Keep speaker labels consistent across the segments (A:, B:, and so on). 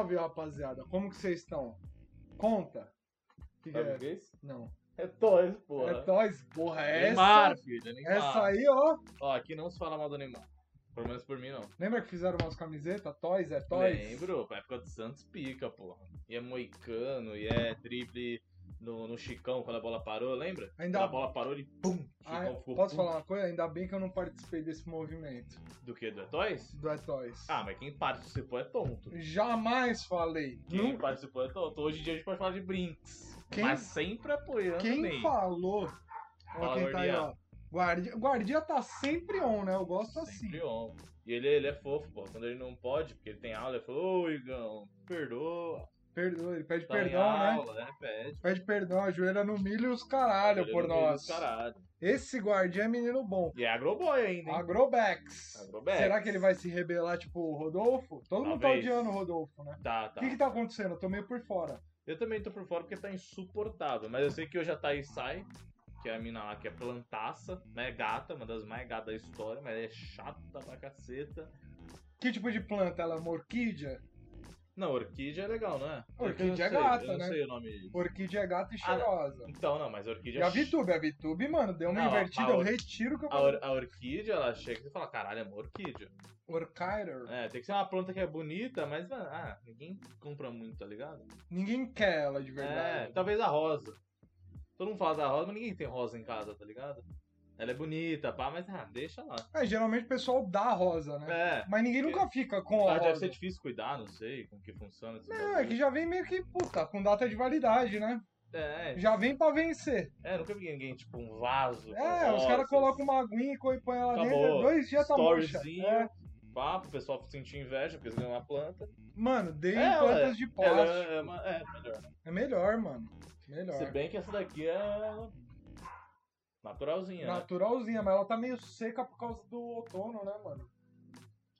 A: Salve, rapaziada. Como que vocês estão? Conta. Que que
B: Sabe
A: é?
B: o que é isso?
A: Não.
B: É Toys, porra.
A: É nós, porra. Essa,
B: Neymar, filho. é Neymar.
A: essa aí, ó.
B: Ó, aqui não se fala mal do Neymar. Pelo menos por mim, não.
A: Lembra que fizeram umas camisetas? Toys é Toys?
B: Lembro, pra época do Santos pica, porra. E é moicano, e é drible no, no Chicão quando a bola parou, lembra?
A: Ainda-
B: Quando a bola parou, ele pum! o
A: Ah,
B: Chicão Tá ficou
A: posso
B: pum.
A: falar uma coisa? Ainda bem que eu não participei desse movimento
B: Do que? Do É Toys?
A: do É Toys.
B: Ah, mas quem participou é tonto.
A: Jamais falei.
B: Quem
A: Nunca.
B: participou é tonto. Hoje em dia a gente pode falar de Brinks.
A: Quem-
B: Mas sempre apoiando
A: Quem
B: o Ney.
A: falou? Ó,
B: Fala,
A: quem tá aí,
B: Guardia.
A: ó. Guardia, Guardia tá sempre on, né? Eu gosto assim.
B: Sempre on. E ele, ele é fofo, pô. Quando ele não pode, porque ele tem aula, ele fala, ô Igão, perdoa.
A: Perdoa, ele pede
B: Tá
A: perdão,
B: em
A: né?
B: aula, né? Pede.
A: Pede perdão, ajoelha no milho e os caralho
B: Ele é
A: por
B: não fez
A: nós.
B: os Caralho.
A: Esse guardião é menino bom.
B: E é agroboy ainda, hein?
A: Agrobex.
B: Agrobex.
A: Será que ele vai se rebelar, tipo, o Rodolfo? Todo mundo tá
B: Talvez.
A: odiando o Rodolfo, né?
B: Tá, tá.
A: O que que tá acontecendo? Eu tô meio por fora.
B: Eu também tô por fora porque tá insuportável. Mas eu sei que hoje a Thaís sai, que é a mina lá que é plantaça, né? Gata, uma das mais gatas da história, mas é chata pra caceta.
A: Que tipo de planta? Ela é uma orquídea?
B: Não, orquídea é legal, não é?
A: Orquídea
B: Eu não
A: é
B: sei,
A: gata, né?
B: eu Não sei o nome.
A: Orquídea é gata e
B: Ah, não.
A: cheirosa.
B: Então, não, mas
A: e
B: orquídea
A: a
B: é ch-
A: Vitube? A Vitube, mano, deu uma
B: Não, a-
A: invertida.
B: a
A: eu
B: or-
A: retiro que eu
B: A, or- a orquídea, ela chega e fala, caralho, é uma orquídea.
A: Orchider.
B: É, tem que ser uma planta que é bonita, mas, mano, ah, ninguém compra muito, tá ligado?
A: Ninguém quer ela de
B: É,
A: verdade.
B: talvez a rosa. Todo mundo fala da rosa, mas ninguém tem rosa em casa, tá ligado? Ela é bonita, pá, mas ah, deixa lá.
A: É, geralmente o pessoal dá a rosa, né?
B: É.
A: Mas ninguém
B: Porque-
A: nunca fica com a
B: Ah,
A: rosa.
B: deve ser difícil cuidar, não sei como que funciona esse
A: Não, é que já vem meio que, puta, com data de validade, né?
B: é,
A: Já vem pra vencer.
B: é, nunca vi ninguém, tipo, um vaso.
A: É, os caras colocam uma aguinha e co- e põe ela dentro,
B: Acabou.
A: dois dias tá murcha.
B: storyzinho,
A: É.
B: pá, pro pessoal sentir inveja, porque eles ganham uma planta.
A: Mano, dei
B: É,
A: em plantas de
B: Ela
A: plástico.
B: é, é, uma- é melhor.
A: É melhor, mano. Melhor.
B: Se bem que essa daqui é naturalzinha, né?
A: Naturalzinha, mas ela tá meio seca por causa do outono, né, mano?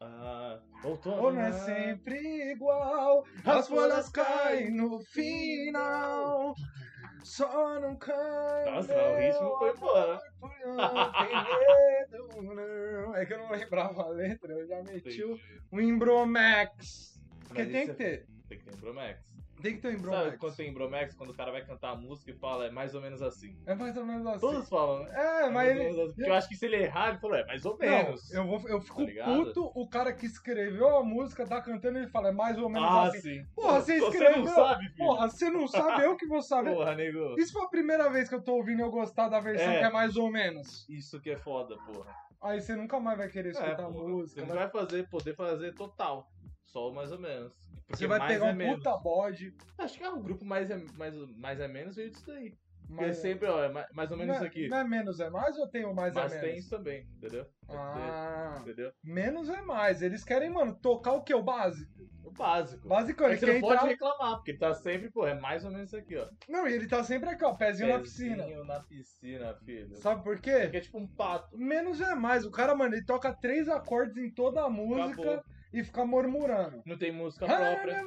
B: Ah, outono,
A: Outono é
B: né?
A: sempre igual, as folhas caem no final, só não cai.
B: Nossa, o ritmo foi embora.
A: Tem medo, não. É que eu não lembrava a letra, eu já meti o o Imbromax. Porque
B: Mas
A: tem
B: isso
A: que
B: é-
A: ter.
B: Tem que ter Embromax.
A: Tem que ter um o
B: Sabe
A: Imbromax.
B: quando tem Embromax, quando o cara vai cantar a música e fala, é mais ou menos assim.
A: É mais ou menos assim.
B: Todos falam, né?
A: É, mas ele.
B: assim. Eu acho que se ele errar, ele falou, é mais ou
A: Não,
B: menos.
A: eu, vou, eu fico
B: Tá ligado?
A: puto, o cara que escreveu a música tá cantando e ele fala, é mais ou menos
B: ah,
A: assim.
B: sim.
A: Porra, você
B: Você
A: escreveu?
B: não sabe, filho.
A: Porra, né? você não sabe, eu que vou saber.
B: Porra, nego.
A: Isso foi a primeira vez que eu tô ouvindo eu gostar da versão
B: É.
A: que é mais ou menos.
B: Isso que é foda, porra.
A: Aí você nunca mais vai querer escutar a
B: É, porra.
A: música. né?
B: Você não
A: vai-
B: vai fazer, poder fazer total. Só o mais ou menos. Porque
A: Você vai
B: mais
A: pegar
B: é
A: um
B: menos.
A: puta bode.
B: Acho que ah, o grupo mais é, mais, mais é menos veio disso daí. Porque
A: Mas
B: sempre, ó, é mais, mais ou menos
A: não,
B: isso
A: é,
B: aqui.
A: não é menos é mais ou tem o mais
B: Mas
A: é
B: tem
A: menos?
B: isso também, entendeu? É
A: Ah,
B: Entendeu?
A: menos é mais. Eles querem, mano, tocar o que? O base?
B: O básico.
A: Básico,
B: É
A: ele
B: que você
A: quer
B: não pode
A: entrar.
B: reclamar, porque tá sempre, pô, é mais ou menos isso aqui, ó.
A: Não, e ele tá sempre aqui, ó, pezinho na piscina.
B: Pezinho na piscina, filho.
A: Sabe por quê?
B: Porque é tipo um pato.
A: Menos é mais. O cara, mano, ele toca três acordes em toda a música
B: Acabou.
A: e fica murmurando.
B: Não tem música
A: Ah,
B: própria,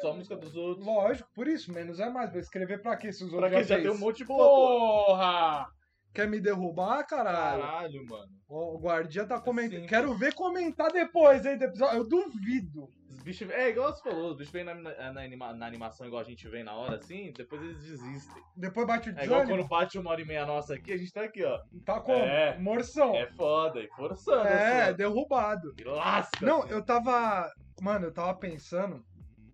B: só música dos outros.
A: Lógico, por isso, menos é mais. Vou escrever pra quê se os
B: Pra
A: outros
B: quem já
A: fez?
B: tem um monte de boa, pô.
A: Porra! Quer me derrubar, caralho?
B: Caralho, mano.
A: Ó, O guardiã tá comentando.
B: Simples.
A: Quero ver comentar depois, hein, do episódio. Eu duvido.
B: Os bichos. É igual você falou, os bichos vêm na, na- na anima- na animação igual a gente vem na hora assim, depois eles desistem.
A: Depois bate o
B: É igual
A: desânimo.
B: quando bate uma hora e meia nossa aqui, a gente tá aqui, ó.
A: Tá como?
B: É.
A: Morção.
B: É foda, e forçando.
A: É,
B: assim,
A: derrubado.
B: ó. E lasca.
A: Não,
B: assim.
A: eu tava. Mano, eu tava pensando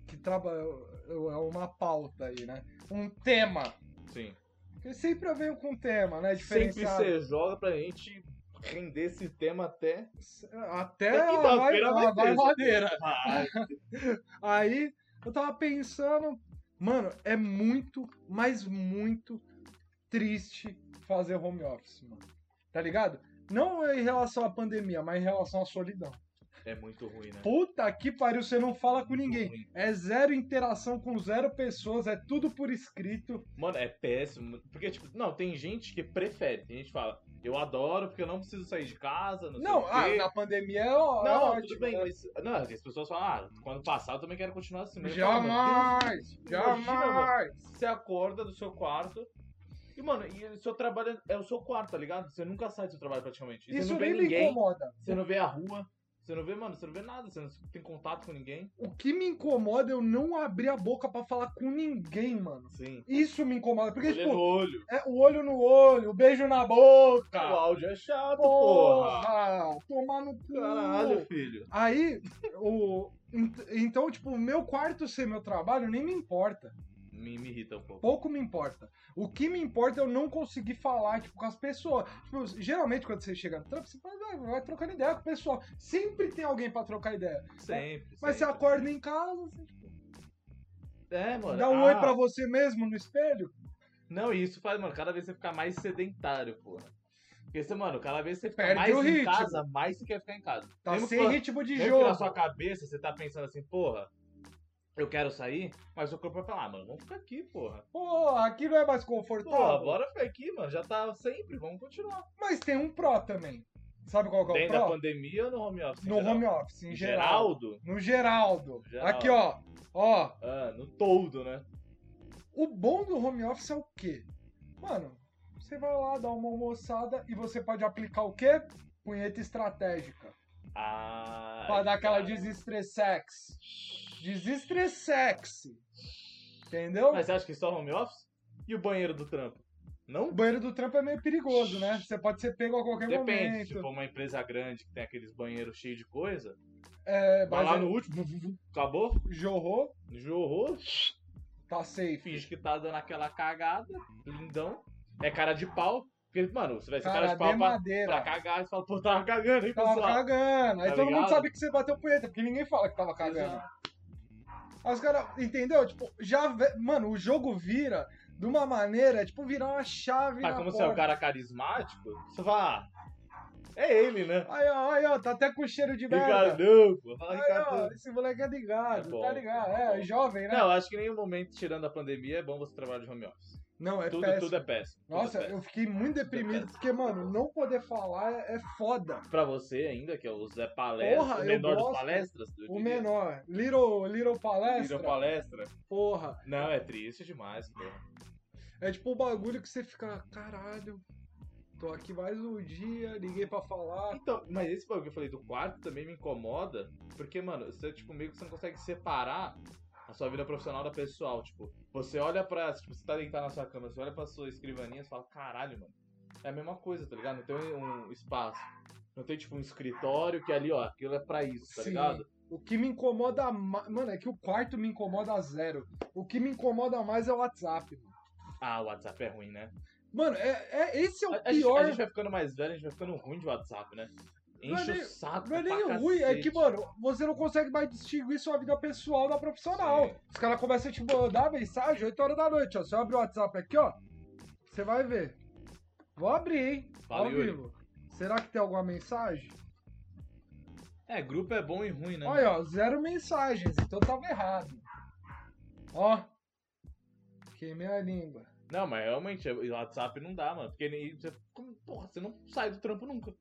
A: que traba... eu- eu- é uma pauta aí, né? Um tema.
B: Sim.
A: Porque sempre eu venho com um tema, né?
B: Sempre
A: Diferenciado.
B: você joga pra gente render esse tema até.
A: Até
B: Até
A: a É, vai,
B: quinta-feira
A: a
B: vai
A: vai
B: ter. né?
A: madeira.
B: Ah,
A: Aí eu tava pensando, mano, é muito, mas muito triste fazer home office, mano. Tá ligado? Não em relação à pandemia, mas em relação à solidão.
B: é muito ruim, né?
A: Puta que pariu, você não fala com
B: Muito
A: ninguém.
B: ruim.
A: É zero interação com zero pessoas, é tudo por escrito.
B: Mano, é péssimo. Porque, tipo, não, tem gente que prefere. Tem gente que fala, eu adoro porque eu não preciso sair de casa, não,
A: Não,
B: sei o
A: ah,
B: quê.
A: na pandemia é ó- é
B: Não,
A: ótimo.
B: tudo bem,
A: né?
B: mas. Não, as pessoas falam, ah, quando passar eu também quero continuar assim. Eu falo, "Meu Deus,
A: Jamais!
B: Imagina,
A: Jamais!
B: Você acorda do seu quarto. E, mano, e o seu trabalho é o seu quarto, tá ligado? Você nunca sai do seu trabalho praticamente. E você
A: Isso
B: não vê
A: nem me
B: ninguém,
A: incomoda.
B: você não vê a rua, Você não vê, mano, você não vê nada, você não tem contato com ninguém.
A: O que me incomoda é eu não abrir a boca pra falar com ninguém, mano.
B: Sim.
A: Isso me incomoda. Porque,
B: Olho
A: tipo,
B: no olho.
A: é o olho no olho, o beijo na boca.
B: O áudio é chato, porra.
A: Porra! Tomar no cu.
B: Caralho, filho.
A: Aí, o. ent- Então, tipo, o meu quarto ser meu trabalho nem me importa.
B: Me, me irrita um pouco.
A: Pouco me importa. O que me importa é eu não conseguir falar, tipo, com as pessoas. Tipo, geralmente, quando você chega no trampo, você vai, vai trocando ideia com o pessoal. Sempre tem alguém pra trocar ideia.
B: Sempre.
A: Mas você
B: sempre.
A: acorda em casa, você, tipo,
B: É, mano.
A: dá um
B: Ah,
A: oi pra você mesmo no espelho.
B: Não, e isso faz, mano, cada vez você fica mais sedentário, porra. Porque você, mano, cada vez você fica
A: Perde
B: mais
A: o
B: em
A: ritmo.
B: casa, mais você quer ficar em casa.
A: Tá
B: Mesmo que
A: sem
B: fa-
A: ritmo de
B: mesmo que na
A: jogo.
B: sua cabeça você tá pensando assim, porra, eu quero sair, mas o corpo vai falar, ah, mano, vamos ficar aqui, porra.
A: Pô, aqui não é mais
B: Porra,
A: confortável.
B: bora ficar aqui, mano, já tá sempre, vamos continuar.
A: Mas tem um pró também. Sabe qual que é o
B: Dentro da
A: pró?
B: pandemia ou no home office? em
A: No
B: geral?
A: home office, em geral.
B: Geraldo?
A: No Geraldo.
B: Geraldo.
A: Aqui, ó. Ó,
B: Ah, no todo, né?
A: o bom do home office é o quê? Mano, você vai lá dar uma almoçada e você pode aplicar o quê? Punheta estratégica.
B: Ah.
A: Pra dar aquela
B: cara.
A: desestressex. Desestressex. Entendeu?
B: Mas você acha que só home office? E o banheiro do trampo? Não
A: O banheiro do trampo é meio perigoso, né? Você pode ser pego a qualquer
B: Depende,
A: momento.
B: tipo, uma empresa grande que tem aqueles banheiros cheios de coisa,
A: é,
B: vai
A: mas
B: lá
A: é-
B: no último, acabou,
A: jorrou,
B: jorrou,
A: tá safe.
B: finge que tá dando aquela cagada, lindão, é cara de pau, porque, mano, você vai ser cara,
A: Cara,
B: de pau
A: de
B: pra, pra
A: madeira.
B: cagar, você fala, pô, tava cagando, hein,
A: Tava
B: pessoal?
A: cagando. Aí
B: Tá
A: todo mundo
B: ligado?
A: sabe que você bateu punheta, porque ninguém fala que tava cagando.
B: Exato.
A: Aí os caras, entendeu? Tipo, já. ve- Mano, o jogo vira de uma maneira, é tipo, virar uma chave.
B: Mas
A: na
B: como você é um
A: porta.
B: cara carismático, você fala, ah, é ele, né?
A: Aí, ó, aí, ó, tá até com cheiro de merda.
B: Ricardão, pô, fala
A: Aí,
B: Ricardão.
A: ó, esse moleque é ligado,
B: É bom,
A: tá ligado?
B: é
A: É,
B: bom.
A: jovem, né?
B: Não, eu acho que em nenhum momento, tirando a pandemia, é bom você trabalhar de home office.
A: Não, é
B: tudo,
A: péssimo.
B: tudo é péssimo. tudo é
A: Nossa,
B: péssimo.
A: eu fiquei muito deprimido,
B: péssimo.
A: porque, mano, não poder falar é é foda.
B: Pra você ainda, que é o Zé Palestra,
A: Porra,
B: o
A: eu
B: menor dos
A: gosto.
B: palestras. eu
A: O
B: diria.
A: menor. Little, little palestra.
B: Viram palestra.
A: Porra.
B: Não, é triste demais, porra.
A: É tipo o bagulho que você fica, caralho, tô aqui mais um dia, liguei pra falar.
B: Então, mas esse bagulho que eu falei do quarto também me incomoda, porque, mano, você, tipo, meio que você não consegue separar a sua vida profissional da pessoal. Tipo, você olha pra. Tipo, você tá deitado na sua cama, você olha pra sua escrivaninha e fala, caralho, mano. É a mesma coisa, tá ligado? Não tem um espaço. Não tem, tipo, um escritório que ali, ó, aquilo é pra isso, tá
A: Sim.
B: ligado?
A: O que me incomoda mais. Mano, é que o quarto me incomoda a zero. O que me incomoda mais é o WhatsApp. Mano,
B: Ah, o WhatsApp é ruim, né?
A: mano é, é- esse é o
B: A, a gente,
A: pior.
B: a gente vai ficando mais velho, a gente vai ficando ruim de WhatsApp, né?
A: Não é
B: Enche
A: nem-
B: o saco.
A: Não é nem
B: pra
A: ruim, é que,
B: cacete.
A: mano, você não consegue mais distinguir sua vida pessoal da profissional.
B: Sim.
A: Os caras começam tipo, a te mandar mensagem 8 horas da noite, ó. Você abre o WhatsApp aqui, ó. Você vai ver. Vou abrir, hein?
B: Fala,
A: Ao
B: Yuri.
A: vivo. Será que tem alguma mensagem?
B: É, grupo é bom e ruim, né?
A: Olha, ó, zero mensagens, então tava errado. Ó. Queimei a língua.
B: Não, mas realmente, o WhatsApp não dá, mano. Porque nem- você, como- porra, você não sai do trampo nunca.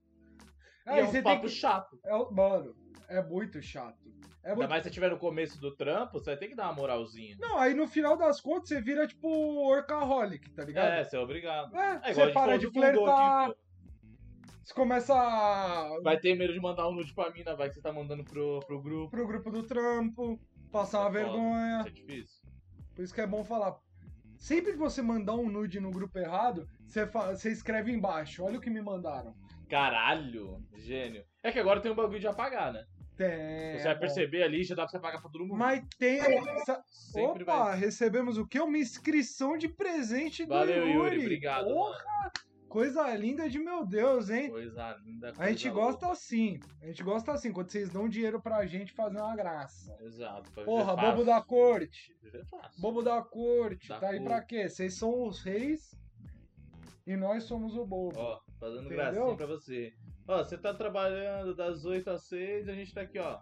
A: Aí
B: e é um
A: Ah, você tem
B: papo
A: que.
B: chato.
A: É, o- mano, é muito chato. É
B: Ainda
A: muito...
B: mais se você estiver no começo do trampo, você vai ter que dar uma moralzinha.
A: Não, tá aí no final das contas você vira tipo workaholic, tá ligado?
B: É, você é obrigado.
A: É,
B: É igual a
A: você
B: gente
A: para
B: falou
A: de
B: do tipo. Fundô
A: flertar,
B: aqui, pô.
A: você começa a...
B: Vai ter medo de mandar um nude pra mina, vai que você tá mandando pro, pro grupo.
A: pro grupo do trampo, passar uma
B: É foda.
A: vergonha.
B: Isso é difícil.
A: Por isso que é bom falar. Sempre que você mandar um nude no grupo errado, você, fa- você escreve embaixo. Olha o que me mandaram.
B: Caralho, gênio. É que agora tem um bagulho de apagar, né?
A: Tem.
B: você vai
A: É, bom.
B: perceber ali, já dá pra você apagar pra todo mundo.
A: Mas tem. essa-
B: Sempre
A: Opa,
B: vai.
A: recebemos o quê? Uma inscrição de presente do
B: Valeu,
A: Yuri.
B: Yuri, obrigado,
A: Porra, coisa linda de meu Deus, hein?
B: Coisa linda.
A: A
B: coisa
A: gente gosta assim. A gente gosta assim, quando vocês dão dinheiro pra gente fazer uma graça.
B: louca. Exato. pra
A: Porra,
B: viver é fácil.
A: bobo da corte.
B: Viver fácil.
A: Bobo da corte.
B: Da
A: tá aí
B: corte.
A: pra quê? Vocês são os reis e nós somos o bobo.
B: Ó, fazendo
A: Entendeu?
B: gracinha pra você. Ó, você tá trabalhando das 8 às 6 a gente tá aqui, ó.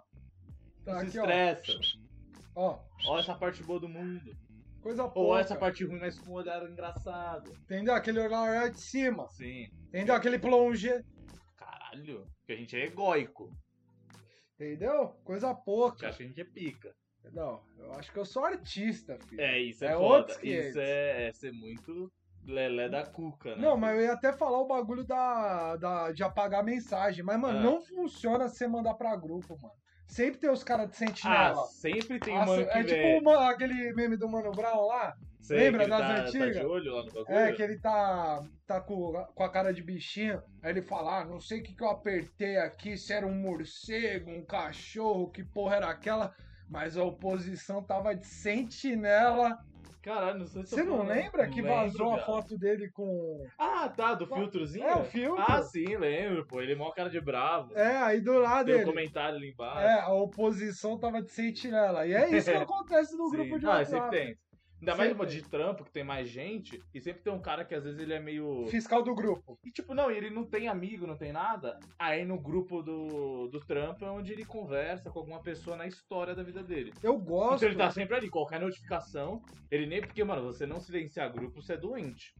A: tá
B: não
A: aqui,
B: se estressa.
A: ó. Ó,
B: Ó. essa parte boa do mundo.
A: coisa
B: Ou
A: pouca.
B: essa parte ruim, mas com um olhar engraçado.
A: Entendeu? Aquele olhar lá de cima.
B: Sim.
A: Entendeu? Aquele plonge.
B: Caralho. Porque a gente é egóico.
A: Entendeu? Coisa
B: A gente
A: pouca.
B: acha que a gente é pica.
A: Não, eu acho que eu sou artista, filho.
B: É, isso é,
A: É
B: foda.
A: outros 500.
B: Isso é, é ser muito lelé da cuca, né?
A: Não, mas eu ia até falar o bagulho da, da- de apagar a mensagem. Mas, mano,
B: Ah.
A: não funciona você mandar pra grupo, mano. Sempre tem os caras de
B: Ah,
A: sentinela.
B: sempre tem
A: Ah,
B: um mano
A: se-
B: que
A: é
B: vem.
A: tipo uma- aquele meme do Mano Brown lá.
B: Sei,
A: lembra
B: que ele
A: das
B: tá,
A: antigas?
B: Tá de olho lá no bagulho?
A: É, que ele tá, tá com, com a cara de bichinho. Aí ele fala: ah, não sei o que, que eu apertei aqui, se era um morcego, um cachorro, que porra era aquela. Mas a oposição tava de sentinela.
B: Caralho, não sei se eu
A: Você não
B: falando.
A: lembra que
B: né? Não lembro,
A: vazou a
B: viado.
A: foto dele com.
B: Ah, tá, do filtrozinho?
A: É, o filtro.
B: Ah, sim, lembro, pô. Ele é maior cara de bravo.
A: É, aí do lado
B: Tem um
A: dele.
B: comentário ali embaixo.
A: É, a oposição tava de sentinela. E é isso que acontece no
B: Sim.
A: grupo de
B: Ah,
A: WhatsApp.
B: sempre tem. Ainda mais
A: Sempre.
B: de trampo, que tem mais gente, e sempre tem um cara que às vezes ele é meio.
A: Fiscal do grupo.
B: E tipo, não, e ele não tem amigo, não tem nada. Aí no grupo do, do trampo é onde ele conversa com alguma pessoa na história da vida dele.
A: Eu gosto.
B: Então ele tá sempre ali, qualquer notificação. Ele nem. Porque, mano, você não silenciar grupo, você é doente.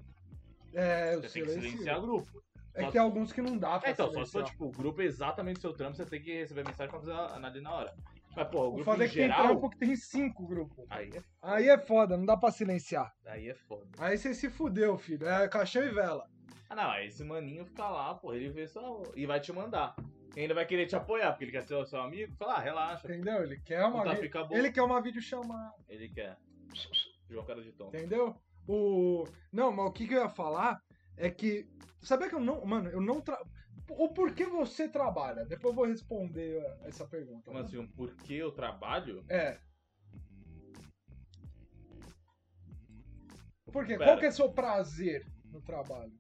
A: É, eu
B: Você tem que
A: silencio.
B: silenciar grupo.
A: É que tem alguns que não dá pra
B: É, então, só se for
A: silenciar.
B: tipo, o grupo é exatamente o seu trampo, você tem que receber mensagem pra fazer a- análise na hora. Mas, pô, o
A: O
B: grupo
A: foda
B: em
A: é que tem
B: geral.
A: trampo que tem cinco grupos.
B: Aí é,
A: Aí é foda, não dá pra silenciar.
B: aí é foda.
A: Aí você se fudeu, filho. É caixão e vela.
B: Ah, não, aí esse maninho fica lá, pô, ele vê só. E vai te mandar. E ainda vai querer te apoiar, porque ele quer ser o seu amigo. Fala, ah, relaxa.
A: Entendeu? Ele quer uma
B: Puta,
A: vi-
B: fica bom.
A: Ele quer uma videochamada,
B: Ele quer. João cara de tom.
A: entendeu? O. Não, mas o que, que eu ia falar é que. Sabia que eu não. Mano, eu não. Tra... O porquê você trabalha? Depois eu vou responder eh, essa pergunta.
B: Como assim, um porquê eu trabalho?
A: É. Por quê?
B: Pera.
A: Qual que é o seu prazer no trabalho?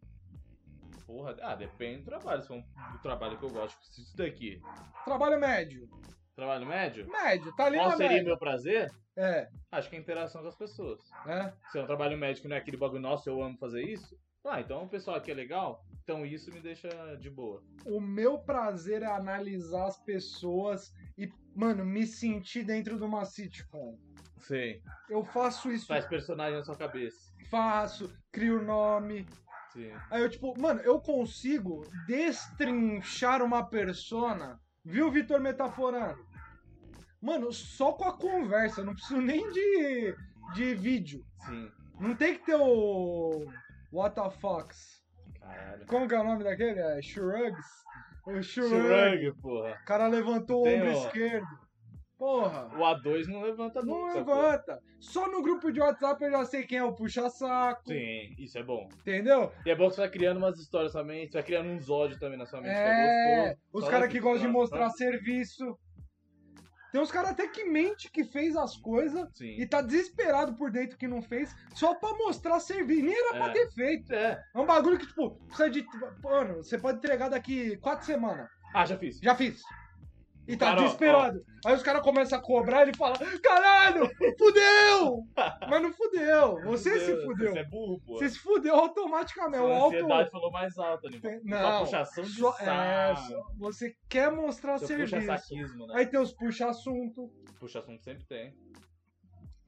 B: Porra, ah, depende do trabalho. Se é um um trabalho que eu gosto, se isso daqui.
A: Trabalho médio.
B: Trabalho médio?
A: Médio, tá ali
B: Qual
A: na
B: seria
A: média.
B: meu prazer?
A: É,
B: Acho que é a interação com as pessoas.
A: né?
B: Se é um trabalho médio que não é aquele bagulho, nossa, eu amo fazer isso. Ah, então o pessoal aqui é legal, então isso me deixa de boa.
A: O meu prazer é analisar as pessoas e, mano, me sentir dentro de uma sitcom.
B: Sim.
A: Eu faço isso,
B: Faz personagem na sua cabeça.
A: faço, crio nome.
B: Sim.
A: Aí eu, tipo, mano, eu consigo destrinchar uma persona, viu, Vitor Metaforano? Mano, só com a conversa, eu não preciso nem de, de vídeo.
B: Sim.
A: Não tem que ter o. What the Fox.
B: Caralho.
A: Como que é o nome daquele? É Shrugs? O Shrug.
B: Churang, porra.
A: O cara levantou o
B: Tem,
A: ombro
B: ó.
A: esquerdo. Porra.
B: O A2 não levanta
A: Não
B: nunca. porra.
A: levanta. Só no grupo de WhatsApp eu já sei quem é o puxa-saco.
B: Sim, isso é bom.
A: Entendeu?
B: E é bom que você vai criando umas histórias também, você vai criando uns ódios também na sua mente, que é
A: É.
B: gostoso.
A: Os
B: Só tá?
A: caras
B: daqui,
A: que gostam de
B: cara,
A: mostrar
B: sabe?
A: serviço. Tem uns caras até que mente que fez as coisas
B: Sim.
A: e tá desesperado por dentro que não fez só pra mostrar serviço. Nem era pra
B: É.
A: ter feito.
B: É.
A: É um bagulho que, tipo, precisa de. Mano, você pode entregar daqui quatro semanas.
B: Ah, já fiz.
A: Já fiz. E tá
B: Cara, ó,
A: desesperado. Aí os caras começam a cobrar ele fala: Caralho, fudeu! Mas não fudeu. Você se
B: Fudeu,
A: fudeu.
B: Você é burro, pô.
A: Você se fudeu automaticamente. É O
B: Sua
A: alto.
B: ansiedade falou mais alto ali.
A: Tem-
B: Sua
A: Não.
B: puxação de
A: Só-
B: saco.
A: é, só- você quer mostrar
B: Seu
A: serviço.
B: puxa-saquismo, né?
A: Aí tem os puxa-assunto.
B: Puxa-assunto sempre tem.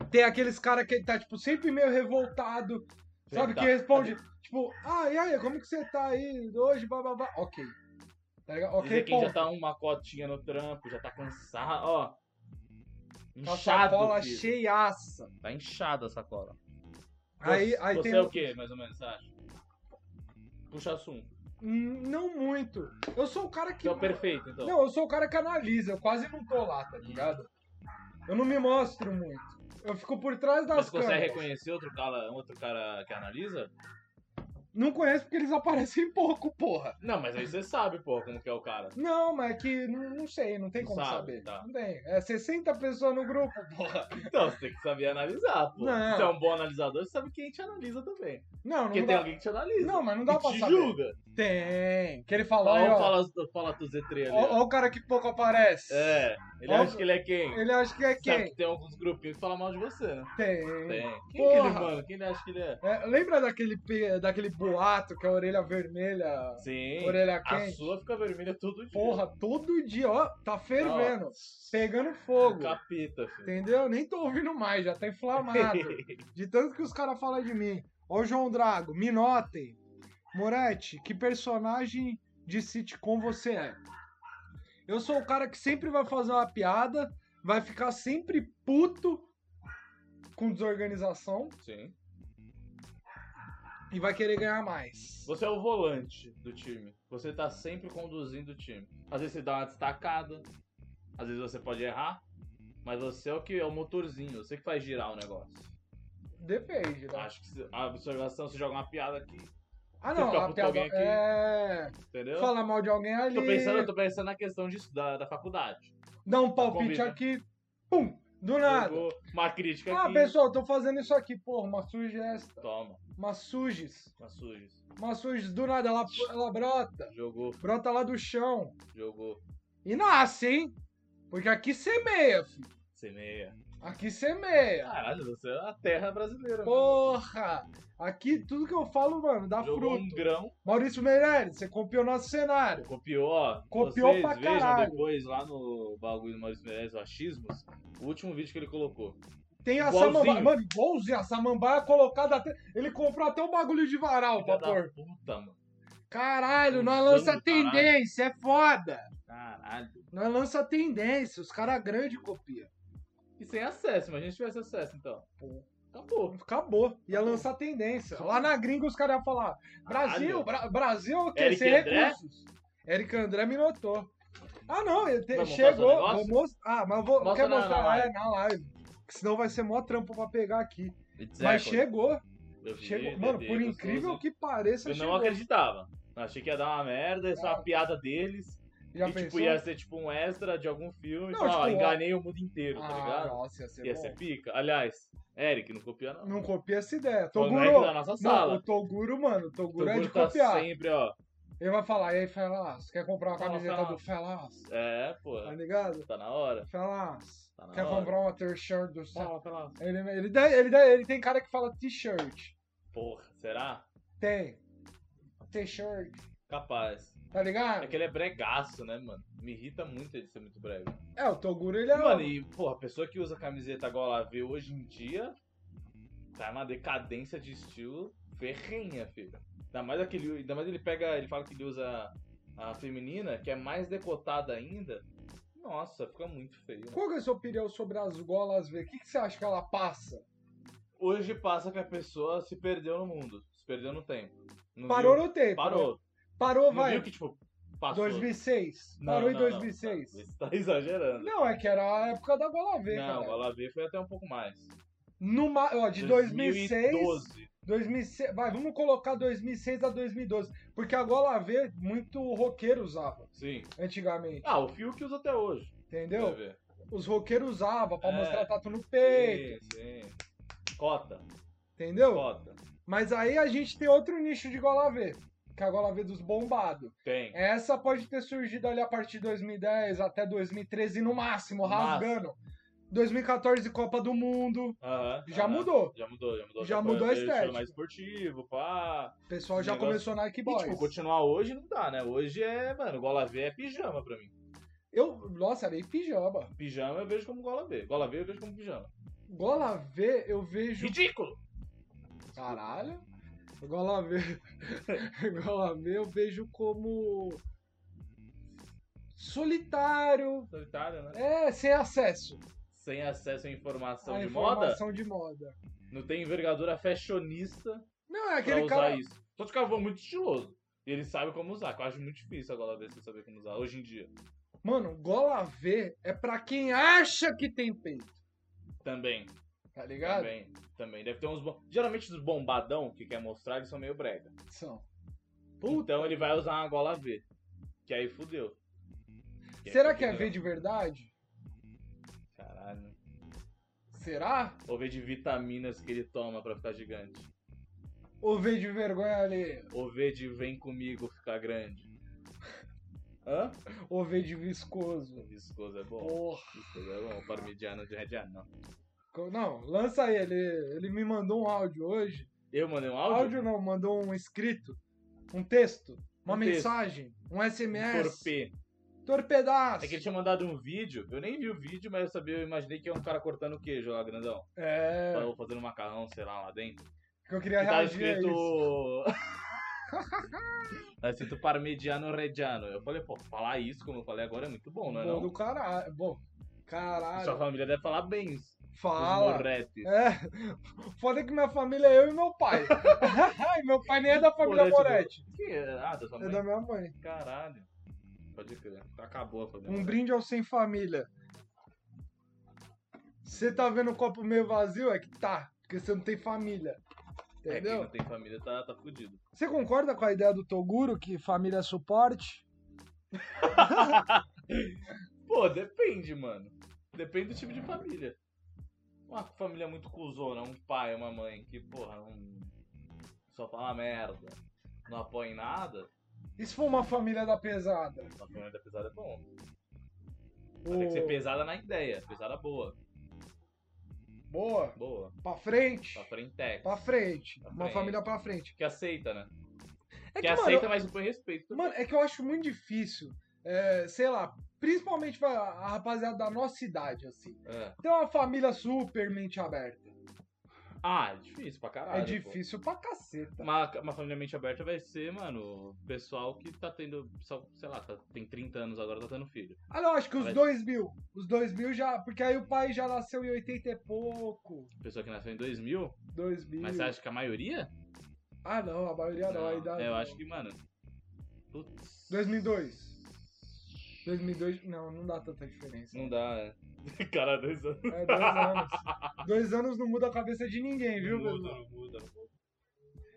A: Tem aqueles caras que tá, tipo, sempre meio revoltado. Sabe,
B: Tá.
A: que responde, tipo, ah, e aí, como que você tá aí hoje, bababá. Ok. Tá ligado?
B: Dizer
A: Ok,
B: quem
A: ponto.
B: já tá uma cotinha no trampo, já tá cansado, ó.
A: Com a
B: Inchado,
A: sacola
B: filho.
A: tá cheiaça.
B: Tá inchada a sacola.
A: Aí,
B: Você-
A: aí
B: você
A: tem um
B: é
A: o-
B: o quê, mais ou menos, você acha? Puxa assunto.
A: Hum, Não muito. Eu sou o cara que.
B: Você é o perfeito, então.
A: Não, eu sou o cara que analisa. Eu quase não tô lá, tá ligado? Eu não me mostro muito. Eu fico por trás das
B: Mas você é
A: câmeras.
B: consegue reconhecer outro cara, outro cara que analisa?
A: Não conheço porque eles aparecem pouco, porra.
B: Não, mas aí você sabe, pô, como que é o cara.
A: Não, mas é que não, não sei, não tem
B: Não
A: como
B: sabe,
A: saber.
B: tá.
A: Não tem. É 60 pessoas no grupo, porra.
B: Então, você tem que saber analisar, pô.
A: Não.
B: Se é um bom analisador, você sabe quem te analisa também.
A: Não,
B: Porque
A: não
B: tem
A: dá.
B: alguém que te analisa.
A: Não, mas não dá
B: e
A: pra
B: te
A: saber.
B: julga.
A: Tem. Que ele fala, aí,
B: Fala,
A: ó.
B: fala, fala tu Z3 ali.
A: Ó,
B: ó.
A: ó o cara que pouco aparece.
B: É, ele
A: Ó,
B: acha que ele é quem?
A: Ele acha que é
B: Sabe
A: quem?
B: que tem alguns grupinhos que falam mal de você, né?
A: Tem.
B: Tem. Quem
A: Porra.
B: que ele, mano? Quem ele acha que ele é?
A: É, lembra daquele, pe- daquele boato que é a orelha vermelha,
B: Sim.
A: orelha
B: A
A: quente?
B: sua fica vermelha todo dia.
A: Porra, todo dia, ó, tá fervendo, pegando fogo.
B: Capita, filho.
A: Entendeu? Nem tô ouvindo mais, já tá inflamado. De tanto que os caras falam de mim. Ó, o João Drago, me notem. Moretti, que personagem de sitcom você é? Eu sou o cara que sempre vai fazer uma piada, vai ficar sempre puto com desorganização.
B: Sim.
A: e vai querer ganhar mais.
B: Você é o volante do time. Você tá sempre conduzindo o time. Às vezes você dá uma destacada, às vezes você pode errar, mas você é o que é o motorzinho, você que faz girar o negócio.
A: Depende, né?
B: Acho que se- a observação, você joga uma piada aqui,
A: Ah,
B: você
A: não,
B: fica
A: a
B: puto
A: piada
B: alguém aqui?
A: é.
B: entendeu?
A: Falar mal de alguém ali.
B: Tô pensando, eu tô pensando na questão disso, da, da faculdade.
A: Dá um palpite
B: Combina.
A: aqui. Pum! Do nada.
B: Jogou Uma crítica
A: Ah,
B: aqui.
A: pessoal, tô fazendo isso aqui. Porra, uma sugestão.
B: Toma,
A: Uma sujes.
B: uma suja.
A: Uma sujes do nada. Ela, ela brota.
B: Jogou,
A: Brota lá do chão.
B: jogou,
A: E nasce, hein? Porque aqui semeia, filho.
B: semeia.
A: Aqui semeia.
B: Caralho, você é a terra brasileira. mano.
A: Porra! Aqui tudo que eu falo, mano, dá
B: Jogou
A: fruto.
B: um grão,
A: Maurício Meirelles, você copiou nosso cenário.
B: copiou, ó.
A: Copiou
B: Vocês
A: pra
B: vejam
A: caralho.
B: depois lá no bagulho do Maurício Meirelles, o Achismos, o último vídeo que ele colocou.
A: Tem a
B: Igualzinho.
A: samambaia. Mano, igualzinho. A samambaia colocada até. Ele comprou até um bagulho de varal pra
B: Filha da
A: pôr.
B: puta, mano.
A: Caralho,
B: Um
A: nós lança
B: samba do caralho.
A: tendência, é foda.
B: Caralho.
A: Nós lança tendência, os caras grandes copiam.
B: E sem acesso, imagina se tivesse acesso, então. Pô, Acabou.
A: Acabou, ia lançar tendência. Lá na gringa os caras iam falar: Brasil,
B: Caralho.
A: Bra- Brasil o quê?
B: Eric
A: Sem
B: André?
A: recursos. Eric André me notou. Ah, não, ele te-
B: Vai montar
A: chegou.
B: seu negócio?
A: Vou most... Ah, mas eu vou
B: Mostra
A: quer
B: na-
A: mostrar
B: na
A: lá, é, na live. Que senão vai ser mó trampo pra pegar aqui. Mas
B: chega.
A: chegou, chegou. Mano, por incrível que pareça,
B: é Eu não
A: chegou.
B: acreditava. Achei que ia dar uma merda, isso é uma piada deles.
A: Já
B: e tipo,
A: pensou?
B: ia ser tipo um extra de algum filme.
A: Não,
B: Não,
A: tipo, ó.
B: enganei o mundo inteiro, tá
A: Ah,
B: ligado?
A: nossa, ia ser
B: ia
A: bom.
B: ser pica. Aliás, Eric, não copia não.
A: Não copia essa ideia.
B: Foi o
A: Toguro,
B: moleque da nossa
A: Não,
B: sala.
A: o Toguro, mano, o Toguro, é de
B: tá
A: copiar.
B: sempre, ó.
A: Ele vai falar, e aí, Felas, quer comprar uma
B: Fala,
A: camiseta
B: Felas.
A: do Felas?
B: É, pô.
A: Tá ligado?
B: Tá na hora.
A: Felas,
B: Tá na
A: quer
B: hora.
A: comprar uma t-shirt do Felas?
B: Fala, fala.
A: Ele, ele, dá- ele, dá- ele tem cara que fala t-shirt.
B: Porra, será?
A: Tem. T-shirt,
B: Capaz.
A: tá ligado?
B: É que ele é bregaço, né, mano? Me irrita muito ele ser muito breve.
A: É, o Toguro, ele é...
B: Mano, e, porra, a pessoa que usa camiseta igual a V hoje em dia tá numa decadência de estilo ferrenha, filho. Ainda mais aquele. Ainda mais ele pega. Ele fala que ele usa a feminina, que é mais decotada ainda. Nossa, fica muito feio. né?
A: Qual que é a sua opinião sobre as golas V? O que, que você acha que ela passa?
B: Hoje passa que a pessoa se perdeu no mundo, se perdeu no tempo. Não
A: Parou
B: viu,
A: no tempo. né?
B: Parou.
A: Parou,
B: Não
A: vai.
B: viu que, tipo, passou.
A: 2006.
B: Não,
A: Parou em
B: não, não.
A: 2006.
B: Você tá exagerando.
A: Não, é que era a época da gola V,
B: Não,
A: cara.
B: o Alavê foi até um pouco mais.
A: No, ma- ó, de 2006...
B: 2012.
A: 2006, vai, vamos colocar 2006 a 2012, porque a gola V muito roqueiro usava
B: Sim.
A: antigamente,
B: Ah, o Fiuk usa até hoje.
A: entendeu?
B: Quer ver?
A: Os roqueiros usavam pra
B: É.
A: mostrar tatu no peito,
B: Sim, sim. Cota,
A: entendeu?
B: cota.
A: Mas aí a gente tem outro nicho de gola V, que é a gola V dos bombados.
B: Tem.
A: Essa pode ter surgido ali a partir de 2010 até 2013 no máximo,
B: Máximo.
A: rasgando. 2014 Copa do Mundo,
B: Aham,
A: já
B: aham.
A: mudou.
B: Já mudou, já mudou.
A: Já
B: foi
A: mudou a
B: aquele estilo
A: estética.
B: mais esportivo, pá.
A: o pessoal já
B: Negócio-
A: começou Nike
B: E,
A: Boys.
B: tipo, continuar hoje não dá, né? Hoje é, mano, gola V é pijama pra mim.
A: Eu, nossa, era em pijama.
B: Pijama eu vejo como gola V. Gola V eu vejo como pijama.
A: Gola V eu vejo
B: Ridículo!
A: Caralho. Gola V. Gola V eu vejo como. Solitário.
B: Solitário, né?
A: É, sem acesso
B: Sem acesso à informação
A: à
B: de moda,
A: informação de moda.
B: não tem envergadura fashionista
A: Não, é
B: pra
A: aquele
B: usar
A: cara.
B: isso. Então, tipo, Só que o cara voa um muito estiloso. E ele sabe como usar, que eu acho muito difícil a gola V você saber como usar hoje em dia.
A: Mano, Gola V é pra quem acha que tem peito.
B: Também.
A: Tá ligado?
B: Também, também. Deve ter uns bom... Geralmente os bombadão que quer mostrar, eles são meio brega.
A: São. Puta.
B: Então ele vai usar uma gola V. Que aí fudeu. aí
A: Será
B: fudeu,
A: que é
B: né?
A: V de verdade?
B: Caralho.
A: Será?
B: Ou V de vitaminas que ele toma pra ficar gigante.
A: Ou V de vergonha ali?
B: Ou V de vem comigo ficar grande. Hã?
A: Ou V de viscoso?
B: Viscoso é bom.
A: Porra.
B: Viscoso é bom. Parmigiano de reggiano, não.
A: Não, lança aí. Ele, ele me mandou um áudio hoje.
B: Eu mandei um
A: áudio?
B: áudio?
A: não, mandou um escrito, um texto, uma
B: Um texto.
A: mensagem, um SMS.
B: Torpê.
A: Torpedaço.
B: É que ele tinha mandado um vídeo, eu nem vi o vídeo, mas eu sabia, eu imaginei que é um cara cortando queijo lá, grandão.
A: É,
B: Ou fazendo macarrão, sei lá, lá dentro.
A: que eu queria
B: Que tá
A: reagir a é isso.
B: escrito. tá escrito parmigiano reggiano. Eu falei, pô, falar isso como eu falei agora é muito bom, não é
A: bom
B: não?
A: do caralho. Bom, caralho.
B: Sua família deve falar bem isso. Os
A: Fala.
B: morretes.
A: É, foda que minha família é eu e meu pai. e meu pai nem é da família
B: Moretti,
A: Moretti,
B: Que é? Ah, da sua
A: é
B: mãe?
A: da minha mãe.
B: Caralho. Pode crer. Acabou a família.
A: Um brinde ao sem família. Você tá vendo o copo meio vazio? É que tá, porque você não tem família.
B: É, quem
A: Entendeu?
B: não tem família tá, tá fudido.
A: Você concorda com a ideia do Toguro que família é suporte?
B: Pô, depende, mano. Depende do tipo de família. Uma família muito cuzona, um pai, uma mãe que, porra, não... só fala merda, não apoia em nada,
A: E se for uma família da pesada?
B: uma família da pesada é bom. Mas tem que ser
A: O...
B: pesada na ideia, pesada boa,
A: Boa,
B: boa.
A: pra frente,
B: Pra frentex.
A: pra frente.
B: Pra
A: Uma
B: frente.
A: família pra frente.
B: Que aceita, né?
A: É
B: que
A: mano,
B: aceita, mas impõe respeito.
A: Mano, é que eu acho muito difícil, é, sei lá, principalmente pra a rapaziada da nossa idade, assim.
B: É.
A: Tem uma família super mente aberta.
B: Ah, é difícil pra caralho.
A: é
B: pô.
A: difícil pra caceta.
B: Uma, uma família mente aberta vai ser, mano, o pessoal que tá tendo, só, sei lá, tá- tem 30 anos agora, tá tendo filho.
A: Ah, não, acho que os
B: Mas-
A: dois mil. Os dois mil já. Porque aí o pai já nasceu em 80 e pouco.
B: Pessoa que nasceu em 2000,
A: Dois mil.
B: mas você acha que a maioria?
A: Ah, não, a maioria não. a idade
B: é, eu
A: não.
B: acho que, mano. Putz.
A: 2002. 2002. Não, não dá tanta diferença.
B: Não dá, né? Cara, dois anos.
A: É, dois anos. dois anos não muda a cabeça de ninguém, viu,
B: Não
A: meu?
B: muda, não muda, não muda.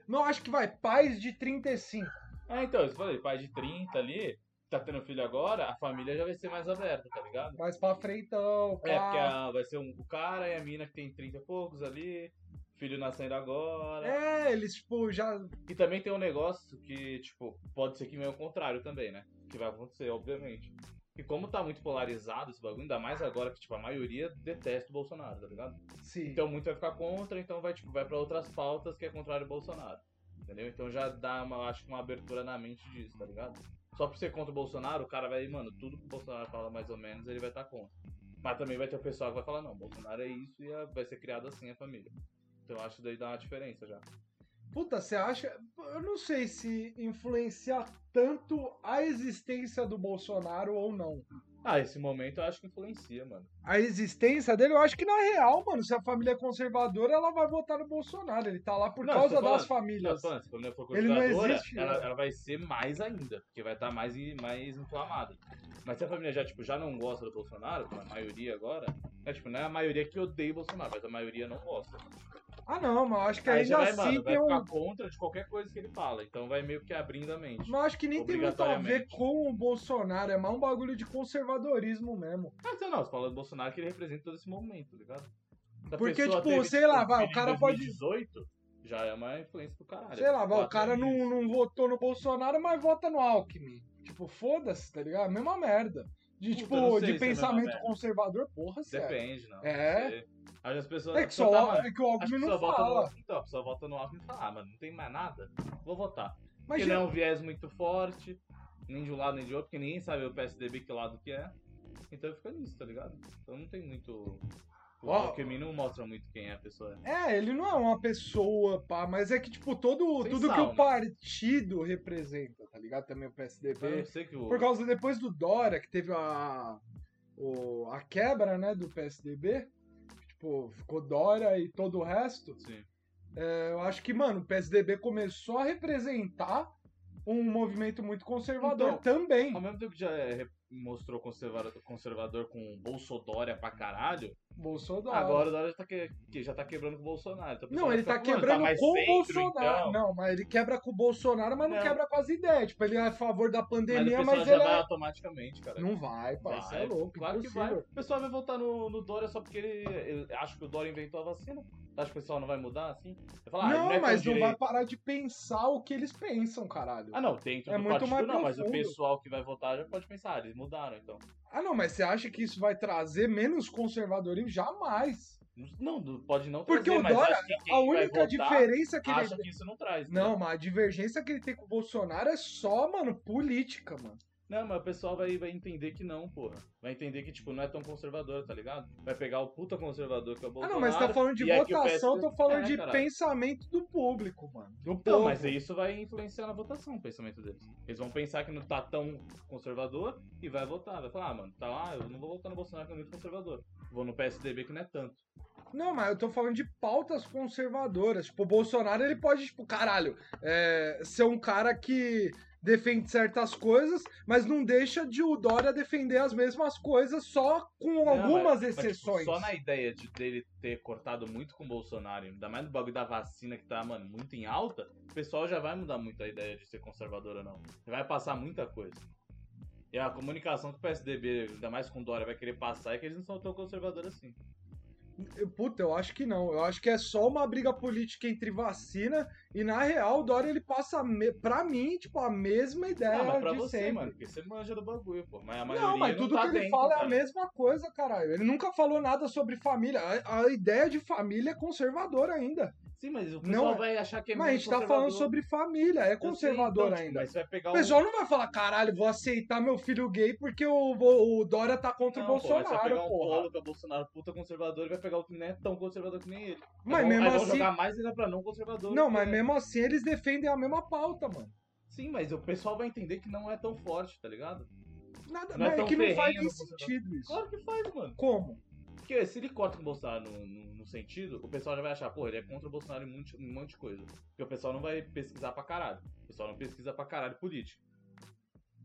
A: Não, acho que vai. Pais de 35.
B: Ah, então, eu falei, pai de 30 ali, tá tendo filho agora, a família já vai ser mais aberta, tá ligado?
A: Mais pra freitão.
B: É,
A: pá.
B: porque a- vai ser um, o cara e a mina que tem 30 e poucos ali, filho nascendo agora.
A: É, eles, tipo, já.
B: E também tem um negócio que, tipo, pode ser que venha o contrário também, né? Que vai acontecer, obviamente. E como tá muito polarizado esse bagulho, ainda mais agora que, tipo, a maioria detesta o Bolsonaro, tá ligado?
A: Sim.
B: Então muito vai ficar contra, então vai, tipo, vai pra outras pautas que é contrário ao Bolsonaro. Entendeu? Então já dá, uma, acho que uma abertura na mente disso, tá ligado? Só por ser contra o Bolsonaro, o cara vai, mano, tudo que o Bolsonaro fala mais ou menos, ele vai estar contra. Mas também vai ter o pessoal que vai falar, não, Bolsonaro é isso e a- vai ser criado assim a família. Então eu acho que daí dá uma diferença já.
A: Puta, você acha. Eu não sei se influenciar tanto a existência do Bolsonaro ou não.
B: Ah, esse momento eu acho que influencia, mano.
A: A existência dele, eu acho que na real, mano, se a família é conservadora, ela vai votar no Bolsonaro. Ele tá lá por
B: Não,
A: causa
B: eu tô
A: das
B: falando- Não,
A: famílias.
B: falando, se a família é for
A: Ele não
B: conservadora,
A: existe,
B: ela,
A: né?
B: ela vai ser mais ainda, porque vai estar mais, e- mais inflamada. Mas se a família já, tipo, já não gosta do Bolsonaro, como a maioria agora,
A: Uhum.
B: é, tipo, não é a maioria que odeia o Bolsonaro, mas a maioria não gosta.
A: Ah, não, mas eu acho que
B: Aí já
A: ainda
B: vai,
A: assim
B: mano, vai
A: tem um.
B: ficar contra de qualquer coisa que ele fala, então vai meio que abrindo a mente.
A: Mas um, eu acho que nem tem muito a ver
B: Obrigatoriamente.
A: com o Bolsonaro. É mais um bagulho de conservadorismo mesmo.
B: Mas sei lá, você fala do Bolsonaro que ele representa todo esse momento, tá ligado? Se a
A: Porque,
B: pessoa
A: tipo, sei lá, vai, o
B: filho em
A: cara pode-
B: 2018, já é uma influência do caralho.
A: Sei lá, vai, o
B: Quatro
A: cara
B: anos.
A: não, não votou no Bolsonaro, mas vota no Alckmin. Tipo, foda-se, tá ligado? Mesma merda. De,
B: Puta, eu
A: tipo,
B: não sei
A: de
B: se é a mesma
A: pensamento
B: merda.
A: conservador, porra, sério.
B: Depende, não.
A: É?
B: Você- Aí as pessoas.
A: É
B: a
A: que,
B: pessoa
A: só,
B: tá, mano,
A: é que o
B: Acho que
A: Alckmin
B: só
A: não
B: volta
A: fala.
B: No... Então, a pessoa volta no Alckmin e fala, ah, mano, não tem mais nada, vou votar.
A: Mas,
B: porque
A: gente,
B: não é um viés muito forte, nem de um lado nem de outro, porque ninguém sabe o PSDB que lado que é. Então fica nisso, tá ligado? Então não tem muito... O
A: Ó.
B: Alckmin não mostra muito quem é a pessoa. né?
A: é, ele não é uma pessoa, pá, mas é que, tipo, todo,
B: Sem
A: tudo que
B: sal,
A: o
B: né?
A: partido representa, tá ligado? Também o
B: Mas eu
A: PSDB.
B: não sei que o...
A: Por causa, depois do Dória, que teve a, o- a quebra, né, do PSDB, tipo, ficou Dória e todo o resto,
B: Sim.
A: Eu acho que, mano, o PSDB começou a representar um movimento muito conservador
B: Então,
A: também.
B: Ao mesmo tempo que já é, re- mostrou conservador, conservador com Bolsodória pra caralho,
A: Bolsonaro.
B: agora o Dória já tá, que, que já tá quebrando com o Bolsonaro. Então, o
A: não,
B: pessoal
A: ele
B: fica,
A: tá
B: "Mano,
A: quebrando
B: mais
A: com o
B: centro,
A: Bolsonaro.
B: então."
A: Não, mas ele quebra com o Bolsonaro, mas não,
B: Não.
A: quebra com as ideias. Tipo, ele é a favor da
B: Mas o
A: pandemia,
B: pessoal
A: mas,
B: já
A: ele
B: vai
A: é...
B: automaticamente, cara.
A: Não vai, pai. Você é louco.
B: claro que vai.
A: impossível.
B: O pessoal vai votar no, no Dória só porque ele, ele acha que o Dória inventou a vacina. Acho que o pessoal não vai mudar assim? Vai falar, ah, ele
A: não,
B: é tão
A: mas não
B: direito.
A: vai parar de pensar o que eles pensam, caralho.
B: Ah, não, dentro
A: É
B: do
A: muito
B: partido
A: mais
B: não, mas o
A: profundo.
B: pessoal que vai votar já pode pensar, ah, eles mudaram então.
A: Ah, não, mas você acha que isso vai trazer menos conservadorismo? Jamais.
B: Não, não- pode não
A: Porque
B: trazer,
A: o
B: mas
A: Dória,
B: acho que quem
A: A
B: vai
A: única
B: votar
A: diferença que ele
B: acha que isso não traz. né?
A: Não, mas a divergência que ele tem com o Bolsonaro é só, mano, política, mano.
B: Não, mas o pessoal vai, vai entender que não, porra. Vai entender que, tipo, não é tão conservador, tá ligado? Vai pegar o puta conservador que é o
A: Ah,
B: Bolsonaro.
A: não, mas você tá falando de
B: e aqui o
A: votação, eu
B: PSD
A: tô falando
B: É,
A: de
B: caralho.
A: pensamento do público, mano. Do
B: Não,
A: povo.
B: mas isso vai influenciar na votação, o pensamento deles. Eles vão pensar que não tá tão conservador e vai votar. Vai falar, ah, mano, tá lá, eu não vou votar no Bolsonaro que é muito conservador. Vou no PSDB que não é tanto.
A: Não, mas eu tô falando de pautas conservadoras. Tipo, o Bolsonaro, ele pode, tipo, caralho, é, ser um cara que defende certas coisas, mas não deixa de o Dória defender as mesmas coisas, só com
B: Não,
A: algumas
B: mas- mas, tipo,
A: exceções.
B: só na ideia de dele ter cortado muito com o Bolsonaro, ainda mais no bagulho da vacina que tá, mano, muito em alta, o pessoal já vai mudar muito a ideia de ser conservador ou não. Vai passar muita coisa. E a comunicação que o PSDB, ainda mais com o Dória, vai querer passar é que eles não são tão conservadores assim.
A: Eu- Puta, eu acho que não. Eu acho que é só uma briga política entre vacina e, na real, o Dória, ele passa, a me... pra mim, tipo, a mesma ideia
B: ah, mas pra
A: de
B: você,
A: sempre.
B: mano, porque você manja do bagulho, pô. Mas a maioria
A: Não, mas tudo
B: tá
A: que ele
B: dentro,
A: fala é a
B: cara.
A: mesma coisa, caralho. Ele nunca falou nada sobre família. A, a ideia de família é conservadora ainda.
B: Sim, mas
A: Não
B: o pessoal
A: é.
B: vai achar que é
A: mas a
B: muito
A: gente tá
B: conservador.
A: falando sobre família, é
B: Eu sei,
A: conservador
B: então, tipo,
A: ainda.
B: Mas você vai pegar
A: O
B: um-
A: pessoal não vai falar, caralho, vou aceitar meu filho gay porque o, o- o Dória tá contra o
B: Não, pô, mas você vai
A: Bolsonaro,
B: pegar um
A: porra.
B: polo que é Bolsonaro puta conservador e vai pegar o que não é tão conservador que nem ele. É
A: Mas
B: Aí vão-
A: mesmo
B: aí vão
A: assim.
B: jogar mais ainda pra não conservador.
A: Não,
B: que
A: mas
B: é.
A: mesmo assim eles defendem a mesma pauta, mano.
B: Sim, mas o pessoal vai entender que não é tão forte, tá ligado?
A: Nada,
B: Não é
A: mas é
B: tão
A: que não faz
B: ferrenho
A: nem
B: no conservador.
A: sentido isso.
B: Claro que faz, mano.
A: Como?
B: Porque se ele corta com o Bolsonaro no, no- no sentido, o pessoal já vai achar, pô, ele é contra o Bolsonaro em muito- em um monte de coisa. Porque o pessoal não vai pesquisar pra caralho. O pessoal não pesquisa pra caralho política.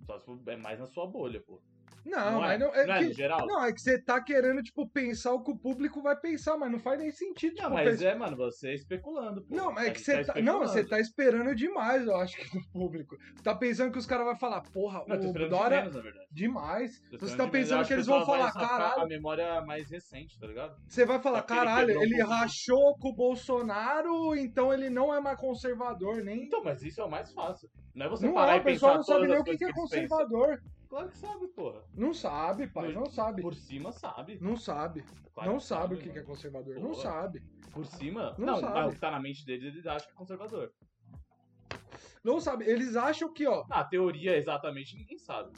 B: Só se for, é mais na sua bolha, pô.
A: Não,
B: é,
A: mas não. É
B: não é
A: que-
B: no geral?
A: Não, é que você tá querendo, tipo, pensar o que o público vai pensar, mas não faz nem sentido.
B: Não,
A: tipo,
B: mas
A: pensar-
B: é, mano, você é especulando, pô.
A: Não, mas é
B: A
A: que
B: gente
A: você tá. Não, você
B: especulando.
A: tá esperando demais, eu acho, que do público. Tá pensando que os caras vão falar, porra,
B: Não, eu tô
A: o
B: esperando
A: Dora.
B: de menos, na verdade.
A: Demais.
B: Tô
A: Você
B: esperando
A: tá
B: de menos. Eu
A: pensando
B: acho
A: que eles
B: o pessoal
A: vão falar,
B: vai safar
A: caralho.
B: A memória mais recente, tá ligado?
A: Você vai falar,
B: Só que ele
A: caralho,
B: quebrou
A: ele
B: um pouco.
A: rachou com o Bolsonaro, então ele não é mais conservador, nem.
B: Então, mas isso é o mais fácil. Não é você
A: Não
B: parar
A: é,
B: e
A: o pessoal
B: pensar
A: não sabe
B: todas
A: nem
B: as
A: o que,
B: coisas
A: que é
B: que eles pensam.
A: conservador.
B: Claro que sabe, porra.
A: Não sabe, pai, não sabe.
B: Por cima sabe.
A: Não sabe.
B: Claro
A: Não sabe o que que é
B: mano.
A: conservador. Não
B: Porra.
A: sabe.
B: Por cima?
A: Não
B: Não,
A: sabe.
B: mas o que tá na mente deles, eles acham que é conservador.
A: Não sabe. Eles acham que, ó.
B: Na Ah, teoria, é exatamente, ninguém sabe.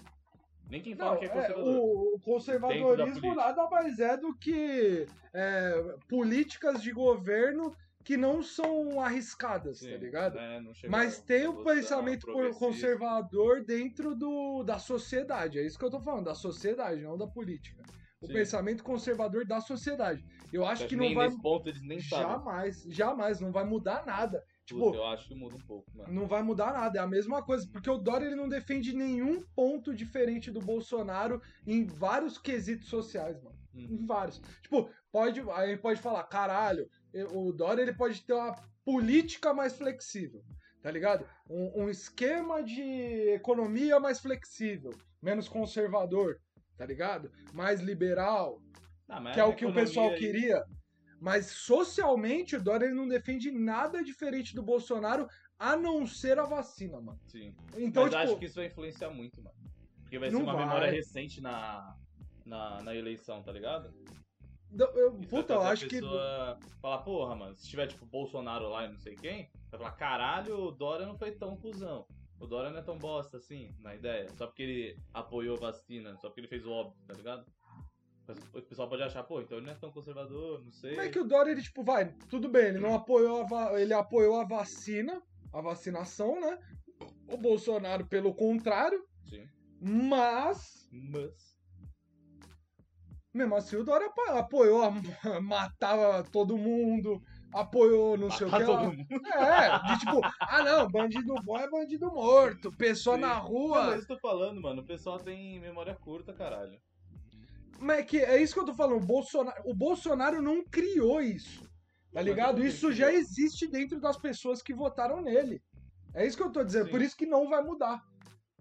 B: Nem quem fala
A: Não,
B: que é
A: é,
B: conservador.
A: o, o
B: Dentro da
A: conservadorismo
B: política.
A: nada mais é do que é, políticas de governo que não são arriscadas,
B: Sim,
A: tá ligado?
B: né, não chega
A: Mas
B: a-
A: tem
B: a
A: o
B: gostar,
A: pensamento
B: progressista.
A: conservador dentro do, da sociedade. É isso que eu tô falando, da sociedade, não da política. O
B: Sim.
A: pensamento conservador da sociedade. Eu acho
B: Mas
A: que não
B: nem
A: vai.
B: Nesse ponto eles nem sabem.
A: Jamais, jamais, não vai mudar nada.
B: Puta,
A: Tipo,
B: eu acho que muda um pouco, mano.
A: não vai mudar nada, é a mesma coisa, porque o Dória ele não defende nenhum ponto diferente do Bolsonaro em vários quesitos sociais, mano. Em
B: Uhum.
A: vários. Tipo, pode, aí ele pode falar, caralho, eu- o Dória ele pode ter uma política mais flexível, tá ligado? Um, um esquema de economia mais flexível, menos conservador, tá ligado? Mais liberal,
B: Ah, mas
A: que é
B: a
A: o que o pessoal
B: economia aí-
A: queria. Mas socialmente o Dória ele não defende nada diferente do Bolsonaro, a não ser a vacina, mano.
B: Sim.
A: Então,
B: Mas
A: tipo,
B: acho que isso vai influenciar muito, mano. Porque vai ser
A: Não
B: uma
A: vai.
B: memória recente na, na, na eleição, tá ligado?
A: eu- eu-
B: Isso
A: puta,
B: vai
A: eu
B: fazer a
A: acho que.
B: pessoa Falar, porra, mano, se tiver tipo Bolsonaro lá e não sei quem, vai falar, caralho, o Dória não foi tão cuzão. O Dória não é tão bosta assim, na ideia. Só porque ele apoiou a vacina, só porque ele fez o óbvio, tá ligado? Mas O pessoal pode achar, pô, então ele não é tão conservador, não sei.
A: Como é que o Dória, ele, tipo, vai, tudo bem, ele não apoiou a, va- ele apoiou a vacina, a vacinação, né? O Bolsonaro, pelo contrário,
B: Sim.
A: mas.
B: Mas.
A: Mesmo assim, o Dória apo- apoiou, a, matava todo mundo, apoiou não sei o
B: matar
A: que. lá.
B: tá todo mundo.
A: É, de tipo, ah não, bandido bom é bandido morto, pessoa
B: Sim.
A: na
B: Não,
A: rua.
B: mas isso que eu tô falando, mano. O pessoal tem memória curta, caralho.
A: Mas é que é isso que eu tô falando, o Bolsonaro, o Bolsonaro não criou isso, tá
B: Mas
A: ligado?
B: ele
A: Isso já
B: criou.
A: existe dentro das pessoas que votaram nele. É isso que eu tô dizendo,
B: Sim.
A: por isso que não vai mudar.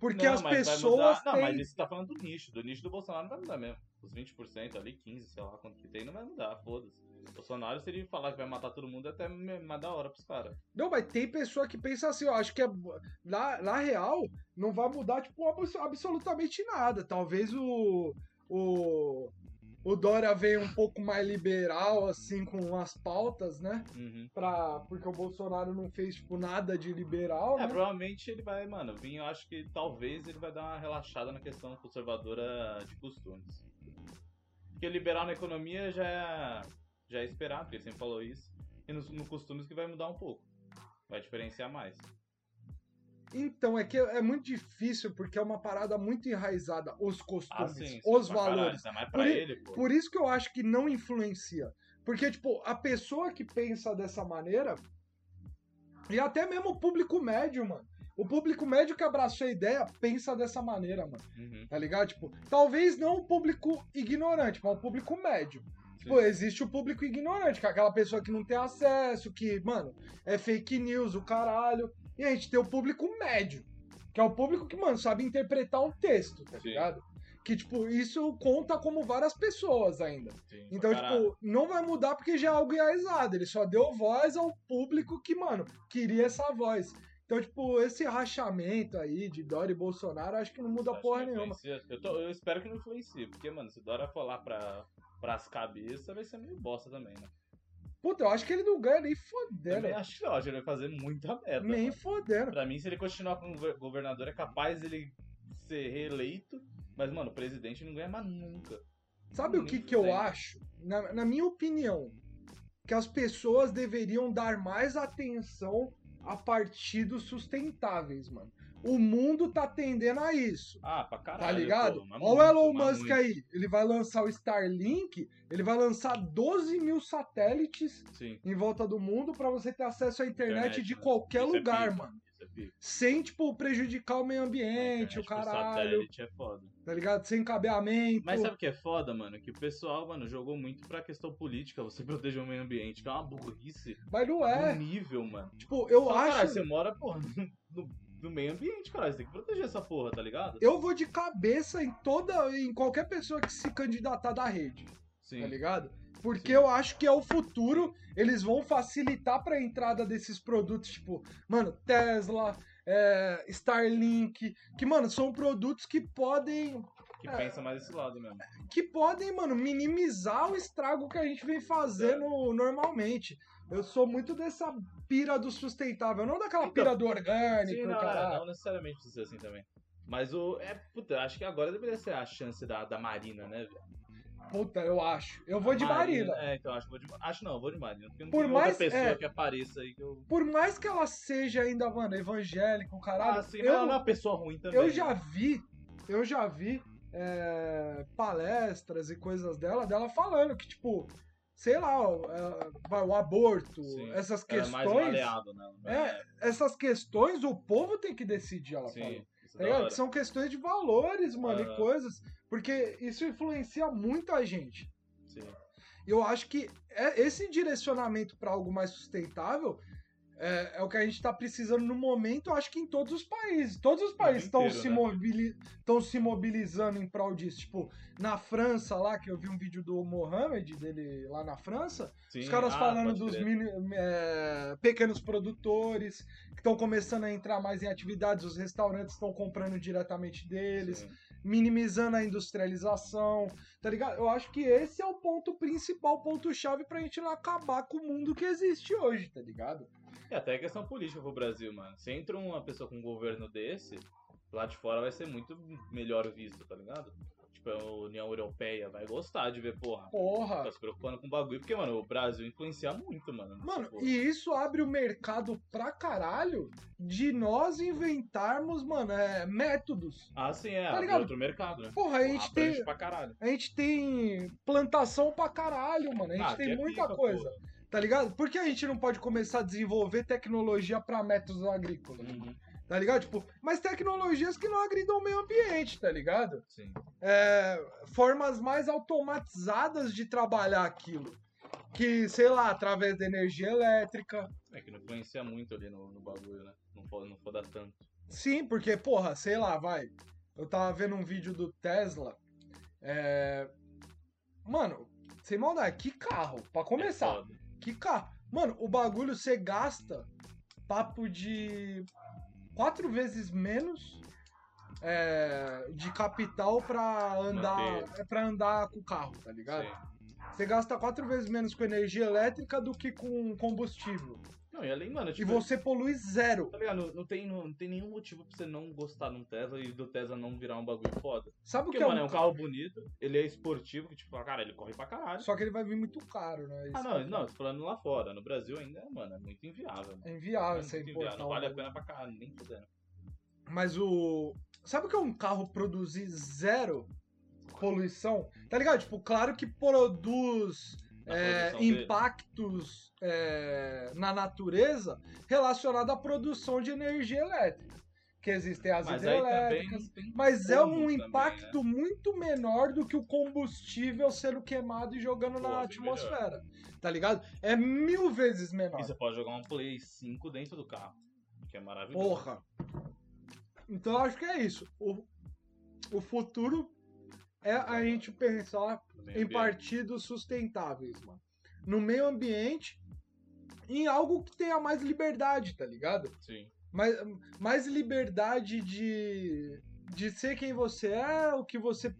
A: Porque
B: Não,
A: as
B: mas vai
A: pessoas
B: mudar- Não, mas
A: têm.
B: isso tá falando do nicho. Do nicho do Bolsonaro não vai mudar mesmo. Os 20% ali, 15%, sei lá quanto que tem, não vai mudar, foda-se. O Bolsonaro, se ele falar que vai matar todo mundo, é até me- mais da hora pros caras.
A: Não, mas tem pessoa que pensa assim, eu acho que é... na, na real não vai mudar, tipo, abs- absolutamente nada. Talvez o. o... O Dória venha um pouco mais liberal, assim, com as pautas, né?
B: Uhum.
A: pra, porque o Bolsonaro não fez tipo, nada de liberal,
B: É,
A: né?
B: provavelmente ele vai, mano, vir, eu acho que talvez ele vai dar uma relaxada na questão conservadora de costumes. Porque liberal na economia já é, já é esperado, porque ele sempre falou isso. E nos no costumes que vai mudar um pouco. Vai diferenciar mais.
A: Então, é que é muito difícil porque é uma parada muito enraizada, os
B: Ah,
A: costumes,
B: sim, sim,
A: os
B: pra caralho,
A: valores.
B: Ainda mais
A: Por
B: pra
A: i-
B: ele, pô.
A: Por isso que eu acho que não influencia. Porque, tipo, a pessoa que pensa dessa maneira, e até mesmo o público médio, mano. O público médio que abraçou a ideia pensa dessa maneira, mano.
B: Uhum,
A: Tá ligado? Tipo, talvez não o público ignorante, mas o público médio.
B: sim.
A: Pô, existe o público ignorante, que é aquela pessoa que não tem acesso, que, mano, é fake news, o caralho. E a gente tem o público médio, que é o público que, mano, sabe interpretar um texto, tá
B: Sim.
A: ligado? Que, tipo, isso conta como várias pessoas ainda.
B: Sim, pra
A: Então,
B: caralho.
A: tipo, não vai mudar porque já é algo enraizado. Ele só deu voz ao público que, mano, queria essa voz. Então, tipo, esse rachamento aí de Dória e Bolsonaro, acho que não muda
B: Acho que é
A: porra
B: não
A: nenhuma.
B: influencia. Eu, tô- eu espero que não influencie, porque, mano, se o Dora falar pra, pras cabeças, vai ser meio bosta também, né?
A: Puta, eu acho que ele não ganha nem
B: Também é,
A: fodendo.
B: acho que o Roger vai fazer muita merda.
A: Nem
B: mano.
A: fodendo.
B: Pra mim, se ele continuar como gover- governador, é capaz dele ser reeleito. Mas, mano, presidente não ganha mais nunca.
A: Sabe o que, que eu acho? Na, na minha opinião, que as pessoas deveriam dar mais atenção a partidos sustentáveis, mano. O mundo tá tendendo a isso.
B: Ah, pra caralho.
A: Tá ligado?
B: pô, mas
A: Olha o
B: muito,
A: Elon
B: mas
A: Musk
B: muito.
A: aí. Ele vai lançar o Starlink, ele vai lançar 12 mil satélites
B: Sim.
A: em volta do mundo pra você ter acesso à internet,
B: Internet,
A: de
B: né?
A: qualquer
B: Isso é
A: lugar,
B: pica,
A: mano.
B: isso é pica. né?
A: Sem, tipo, prejudicar o meio ambiente,
B: Internet
A: o
B: por
A: caralho,
B: satélite é foda.
A: tá ligado? Sem cabeamento.
B: Mas sabe o que é foda, mano? Que o pessoal, mano, jogou muito pra questão política, você proteger o meio ambiente, que é uma burrice
A: Mas não é.
B: no nível, mano.
A: Tipo, eu
B: Fala,
A: acho.
B: Caralho, você mora, porra, no, no meio ambiente, caralho. Você tem que proteger essa porra, tá ligado?
A: Eu vou de cabeça em toda, em qualquer pessoa que se candidatar da rede,
B: Sim.
A: tá ligado? Porque
B: Sim.
A: eu acho que é o futuro, eles vão facilitar pra entrada desses produtos, tipo, mano, Tesla, é, Starlink, que, mano, são produtos que podem,
B: que
A: É.
B: pensa mais desse lado mesmo.
A: que podem, mano, minimizar o estrago que a gente vem fazendo
B: É.
A: normalmente. Eu sou muito dessa pira do sustentável, não daquela
B: Então,
A: pira do orgânico,
B: Sim, não,
A: caralho.
B: é, não necessariamente precisa ser assim também. Mas o. É, puta, acho que agora deveria ser a chance da, da Marina, né? velho?
A: Puta, eu acho. Eu vou de Marina.
B: É, então acho que vou de Acho não, eu vou de Marina. Porque não
A: Por
B: tem
A: mais-
B: outra pessoa
A: é.
B: que apareça aí que eu.
A: por mais que ela seja ainda, mano, evangélica, o caralho,
B: Ah, sim, mas ela
A: eu,
B: não é uma pessoa ruim também.
A: eu
B: né?
A: já vi, eu já vi é, palestras e coisas dela, dela falando que, tipo, sei lá, o, é, vai, o aborto,
B: Sim,
A: essas
B: Ela é mais
A: questões,
B: maleável, né?
A: É, essas questões o povo tem que decidir, ela falou.
B: sim. isso
A: Tá
B: é da
A: ligado?
B: hora.
A: Que São questões de valores, mano, e
B: Aham.
A: coisas, porque isso influencia muita gente.
B: Sim.
A: Eu acho que é- esse direcionamento para algo mais sustentável é, é o que a gente está precisando no momento, eu acho que em todos os países. Todos os países estão
B: inteiro,
A: se,
B: né?
A: mobili- tão se mobilizando em prol disso. Tipo, na França, lá, que eu vi um vídeo do Mohamed, dele lá na França,
B: Sim,
A: os caras
B: ah,
A: falando
B: pode
A: dos
B: crer.
A: mini- é, pequenos produtores que estão começando a entrar mais em atividades, os restaurantes estão comprando diretamente deles
B: Sim.
A: minimizando a industrialização, tá ligado? Eu acho que esse é o ponto principal, ponto chave pra gente não acabar com o mundo que existe hoje, tá ligado?
B: E É, até questão política pro Brasil, mano. Se entra uma pessoa com um governo desse, lá de fora vai ser muito melhor visto, tá ligado? Tipo, a União Europeia vai gostar de ver, porra.
A: Porra.
B: Tá se preocupando com o bagulho, porque, mano, o Brasil influencia muito, mano. nessa
A: Mano,
B: porra.
A: e isso abre o mercado pra caralho de nós inventarmos, mano, é, métodos.
B: Ah, sim, é.
A: Tá
B: abre
A: ligado?
B: outro mercado, né?
A: Porra, a gente,
B: Abrange
A: tem,
B: pra caralho.
A: a gente tem plantação pra caralho, mano. A gente
B: Ah, que
A: tem
B: é
A: muita
B: pica,
A: coisa,
B: porra.
A: tá ligado? Por que a gente não pode começar a desenvolver tecnologia pra métodos agrícolas?
B: Uhum,
A: Tá ligado? Tipo, mas tecnologias que não agridam o meio ambiente, tá ligado?
B: Sim.
A: É, formas mais automatizadas de trabalhar aquilo. Que, sei lá, através da energia elétrica.
B: É que não influencia muito ali no, no bagulho, né? Não pode, não pode dar tanto. É
A: Sim, porque, porra, sei lá, vai. Eu tava vendo um vídeo do Tesla. É... Mano, sem maldade, que carro? Pra
B: É
A: começar, tá
B: foda.
A: que carro? Mano, o bagulho você gasta papo de quatro vezes menos é, de capital pra andar,
B: Manter.
A: é, pra andar com o carro, tá ligado?
B: Sim.
A: Você gasta quatro vezes menos com energia elétrica do que com combustível.
B: Não, e além, mano,
A: E
B: tipo,
A: você polui zero.
B: Tá ligado? Não, não tem, não, não tem nenhum motivo pra você não gostar de um Tesla e do Tesla não virar um bagulho foda.
A: Sabe o
B: Porque,
A: que é
B: mano, é
A: um...
B: um carro bonito, ele é esportivo, que, tipo, ah, cara, ele corre pra caralho.
A: Só que ele vai vir muito caro, né?
B: Ah,
A: Isso
B: não, não, tô falando lá fora. No Brasil ainda, mano, é muito inviável. Mano.
A: É
B: É
A: inviável
B: muito
A: você
B: inviável.
A: importar.
B: Não vale
A: um-
B: a pena pra caralho, nem fudendo.
A: Mas o. Sabe o que é um carro produzir zero poluição? Tá ligado? Tipo, claro que produz
B: A
A: é,
B: produção dele.
A: impactos é, na natureza relacionado à produção de energia elétrica. Que existem as
B: Mas é aí também
A: hidrelétricas.
B: não tem
A: Mas é
B: como
A: um
B: também, né?
A: impacto muito menor do que o combustível sendo queimado e jogando
B: Pô,
A: na
B: bem
A: atmosfera. Tá ligado? É mil vezes menor.
B: E você pode jogar um Play 5 dentro do carro, que é maravilhoso.
A: Porra. Então eu acho que é isso. O, o futuro é a gente pensar
B: Meio
A: em
B: ambiente.
A: partidos sustentáveis, mano. No meio ambiente, em algo que tenha mais liberdade, tá ligado?
B: Sim.
A: mais, mais liberdade de, de ser quem você é, o que você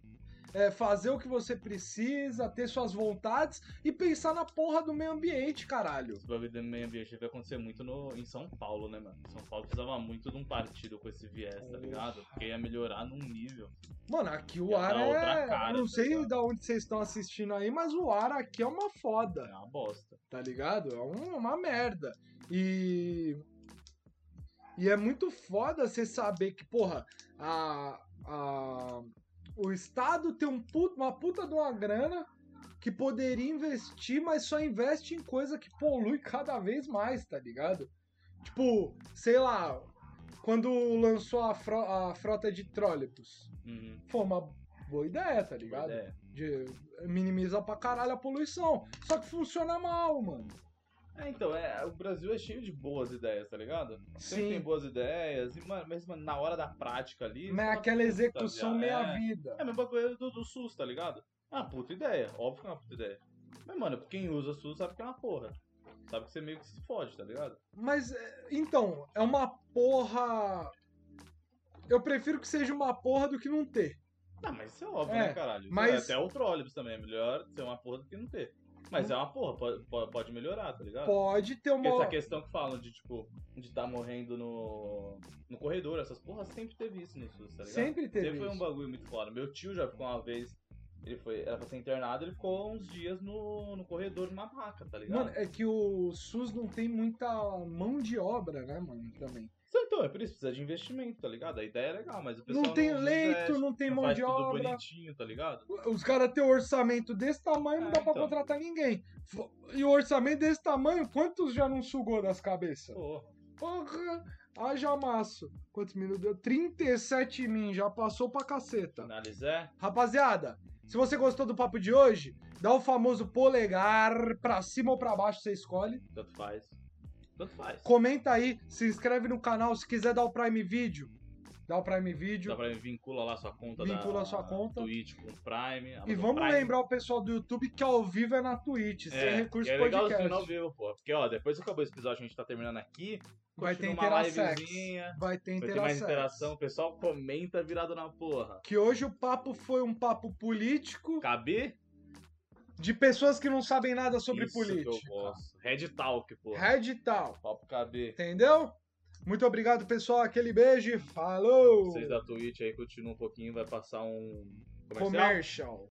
A: é, fazer o que você precisa, ter suas vontades e pensar na porra do meio ambiente, caralho.
B: Esse bagulho do meio ambiente vai acontecer muito no, em São Paulo, né, mano? São Paulo precisava muito de um partido com esse viés, tá ligado? Porque ia melhorar num nível.
A: Mano, aqui o
B: Ia
A: ar
B: dar outra
A: é.
B: cara,
A: eu não
B: tá
A: sei
B: ligado?
A: da onde vocês estão assistindo aí, mas o ar aqui é uma foda.
B: É uma bosta.
A: tá ligado? É um- uma merda. E. E é muito foda você saber que, porra, a. a o Estado tem um puto, uma puta de uma grana que poderia investir, mas só investe em coisa que polui cada vez mais, tá ligado? Tipo, sei lá, quando lançou a, fro- a frota de trólebus,
B: Uhum.
A: foi uma boa ideia, tá ligado?
B: É.
A: De, minimiza pra caralho a poluição. Só que funciona mal, mano.
B: É, então, é, o Brasil é cheio de boas ideias, tá ligado? Sempre tem
A: Sim,
B: boas ideias, e, mano, mas mano, na hora da prática ali.
A: mas é
B: você
A: aquela
B: fala,
A: execução
B: "Puta, viado, né? é,
A: meia-vida.
B: É a mesma coisa do, do SUS, tá ligado? É uma puta ideia, óbvio que é uma puta ideia. Mas, mano, quem usa SUS sabe que é uma porra. Sabe que você meio que se fode, tá ligado?
A: Mas, é, então, é uma porra. Eu prefiro que seja uma porra do que não ter.
B: Não, mas isso é óbvio,
A: É,
B: né, caralho?
A: mas-
B: Até o trólebus também é melhor ser uma porra do que não ter. Mas
A: Hum.
B: é uma porra, pode, pode, pode melhorar, tá ligado?
A: Pode ter
B: Porque é
A: uma.
B: essa questão que falam de, tipo, de tá morrendo no, no corredor, essas porras, sempre teve isso no SUS, tá ligado?
A: Sempre teve.
B: Sempre foi um
A: isso.
B: bagulho muito claro. Meu tio já ficou uma vez, ele foi, era pra ser internado, ele ficou uns dias no, no corredor numa maca, tá ligado?
A: Mano, é que o SUS não tem muita mão de obra, né, mano? Também.
B: Então, é por isso, precisa de investimento, tá ligado? A ideia é legal, mas o pessoal
A: Não tem
B: investe,
A: leito, não tem
B: não
A: mão
B: faz
A: de
B: tudo
A: obra.
B: bonitinho, tá ligado?
A: Os caras têm um orçamento desse tamanho, não
B: É,
A: dá pra
B: então.
A: contratar ninguém. F- E o orçamento desse tamanho, quantos já não sugou das cabeças?
B: Pô,
A: Porra! Haja maço. Quantos minutos deu? 37 min, já passou pra caceta.
B: analisar.
A: Rapaziada, se você gostou do papo de hoje, dá o famoso polegar pra cima ou pra baixo, você escolhe.
B: Tanto faz. Tanto faz.
A: Comenta aí, se inscreve no canal, se quiser dar o Prime Video, dá o Prime
B: Dá
A: Video.
B: pra vincula lá sua conta
A: Vincula
B: da
A: sua conta.
B: Twitch com Prime.
A: E
B: Amazon
A: vamos
B: Prime.
A: lembrar o pessoal do YouTube que ao vivo é na Twitch,
B: É,
A: sem recurso
B: e é legal
A: podcast.
B: ao vivo, pô. Porque, ó, depois que acabou esse episódio, a gente tá terminando aqui.
A: Vai ter
B: continua uma
A: interação.
B: livezinha.
A: Vai ter
B: Vai ter mais
A: interação.
B: interação. O pessoal comenta virado na porra.
A: Que hoje o papo foi um papo político
B: Cabe?
A: de pessoas que não sabem nada sobre
B: Isso
A: política.
B: Que eu gosto. Red Talk, pô.
A: Red tal.
B: Papo KB.
A: Entendeu? Muito obrigado, pessoal. Aquele beijo. e Falou!
B: Vocês da Twitch aí continuam um pouquinho, vai passar um comercial.
A: Commercial.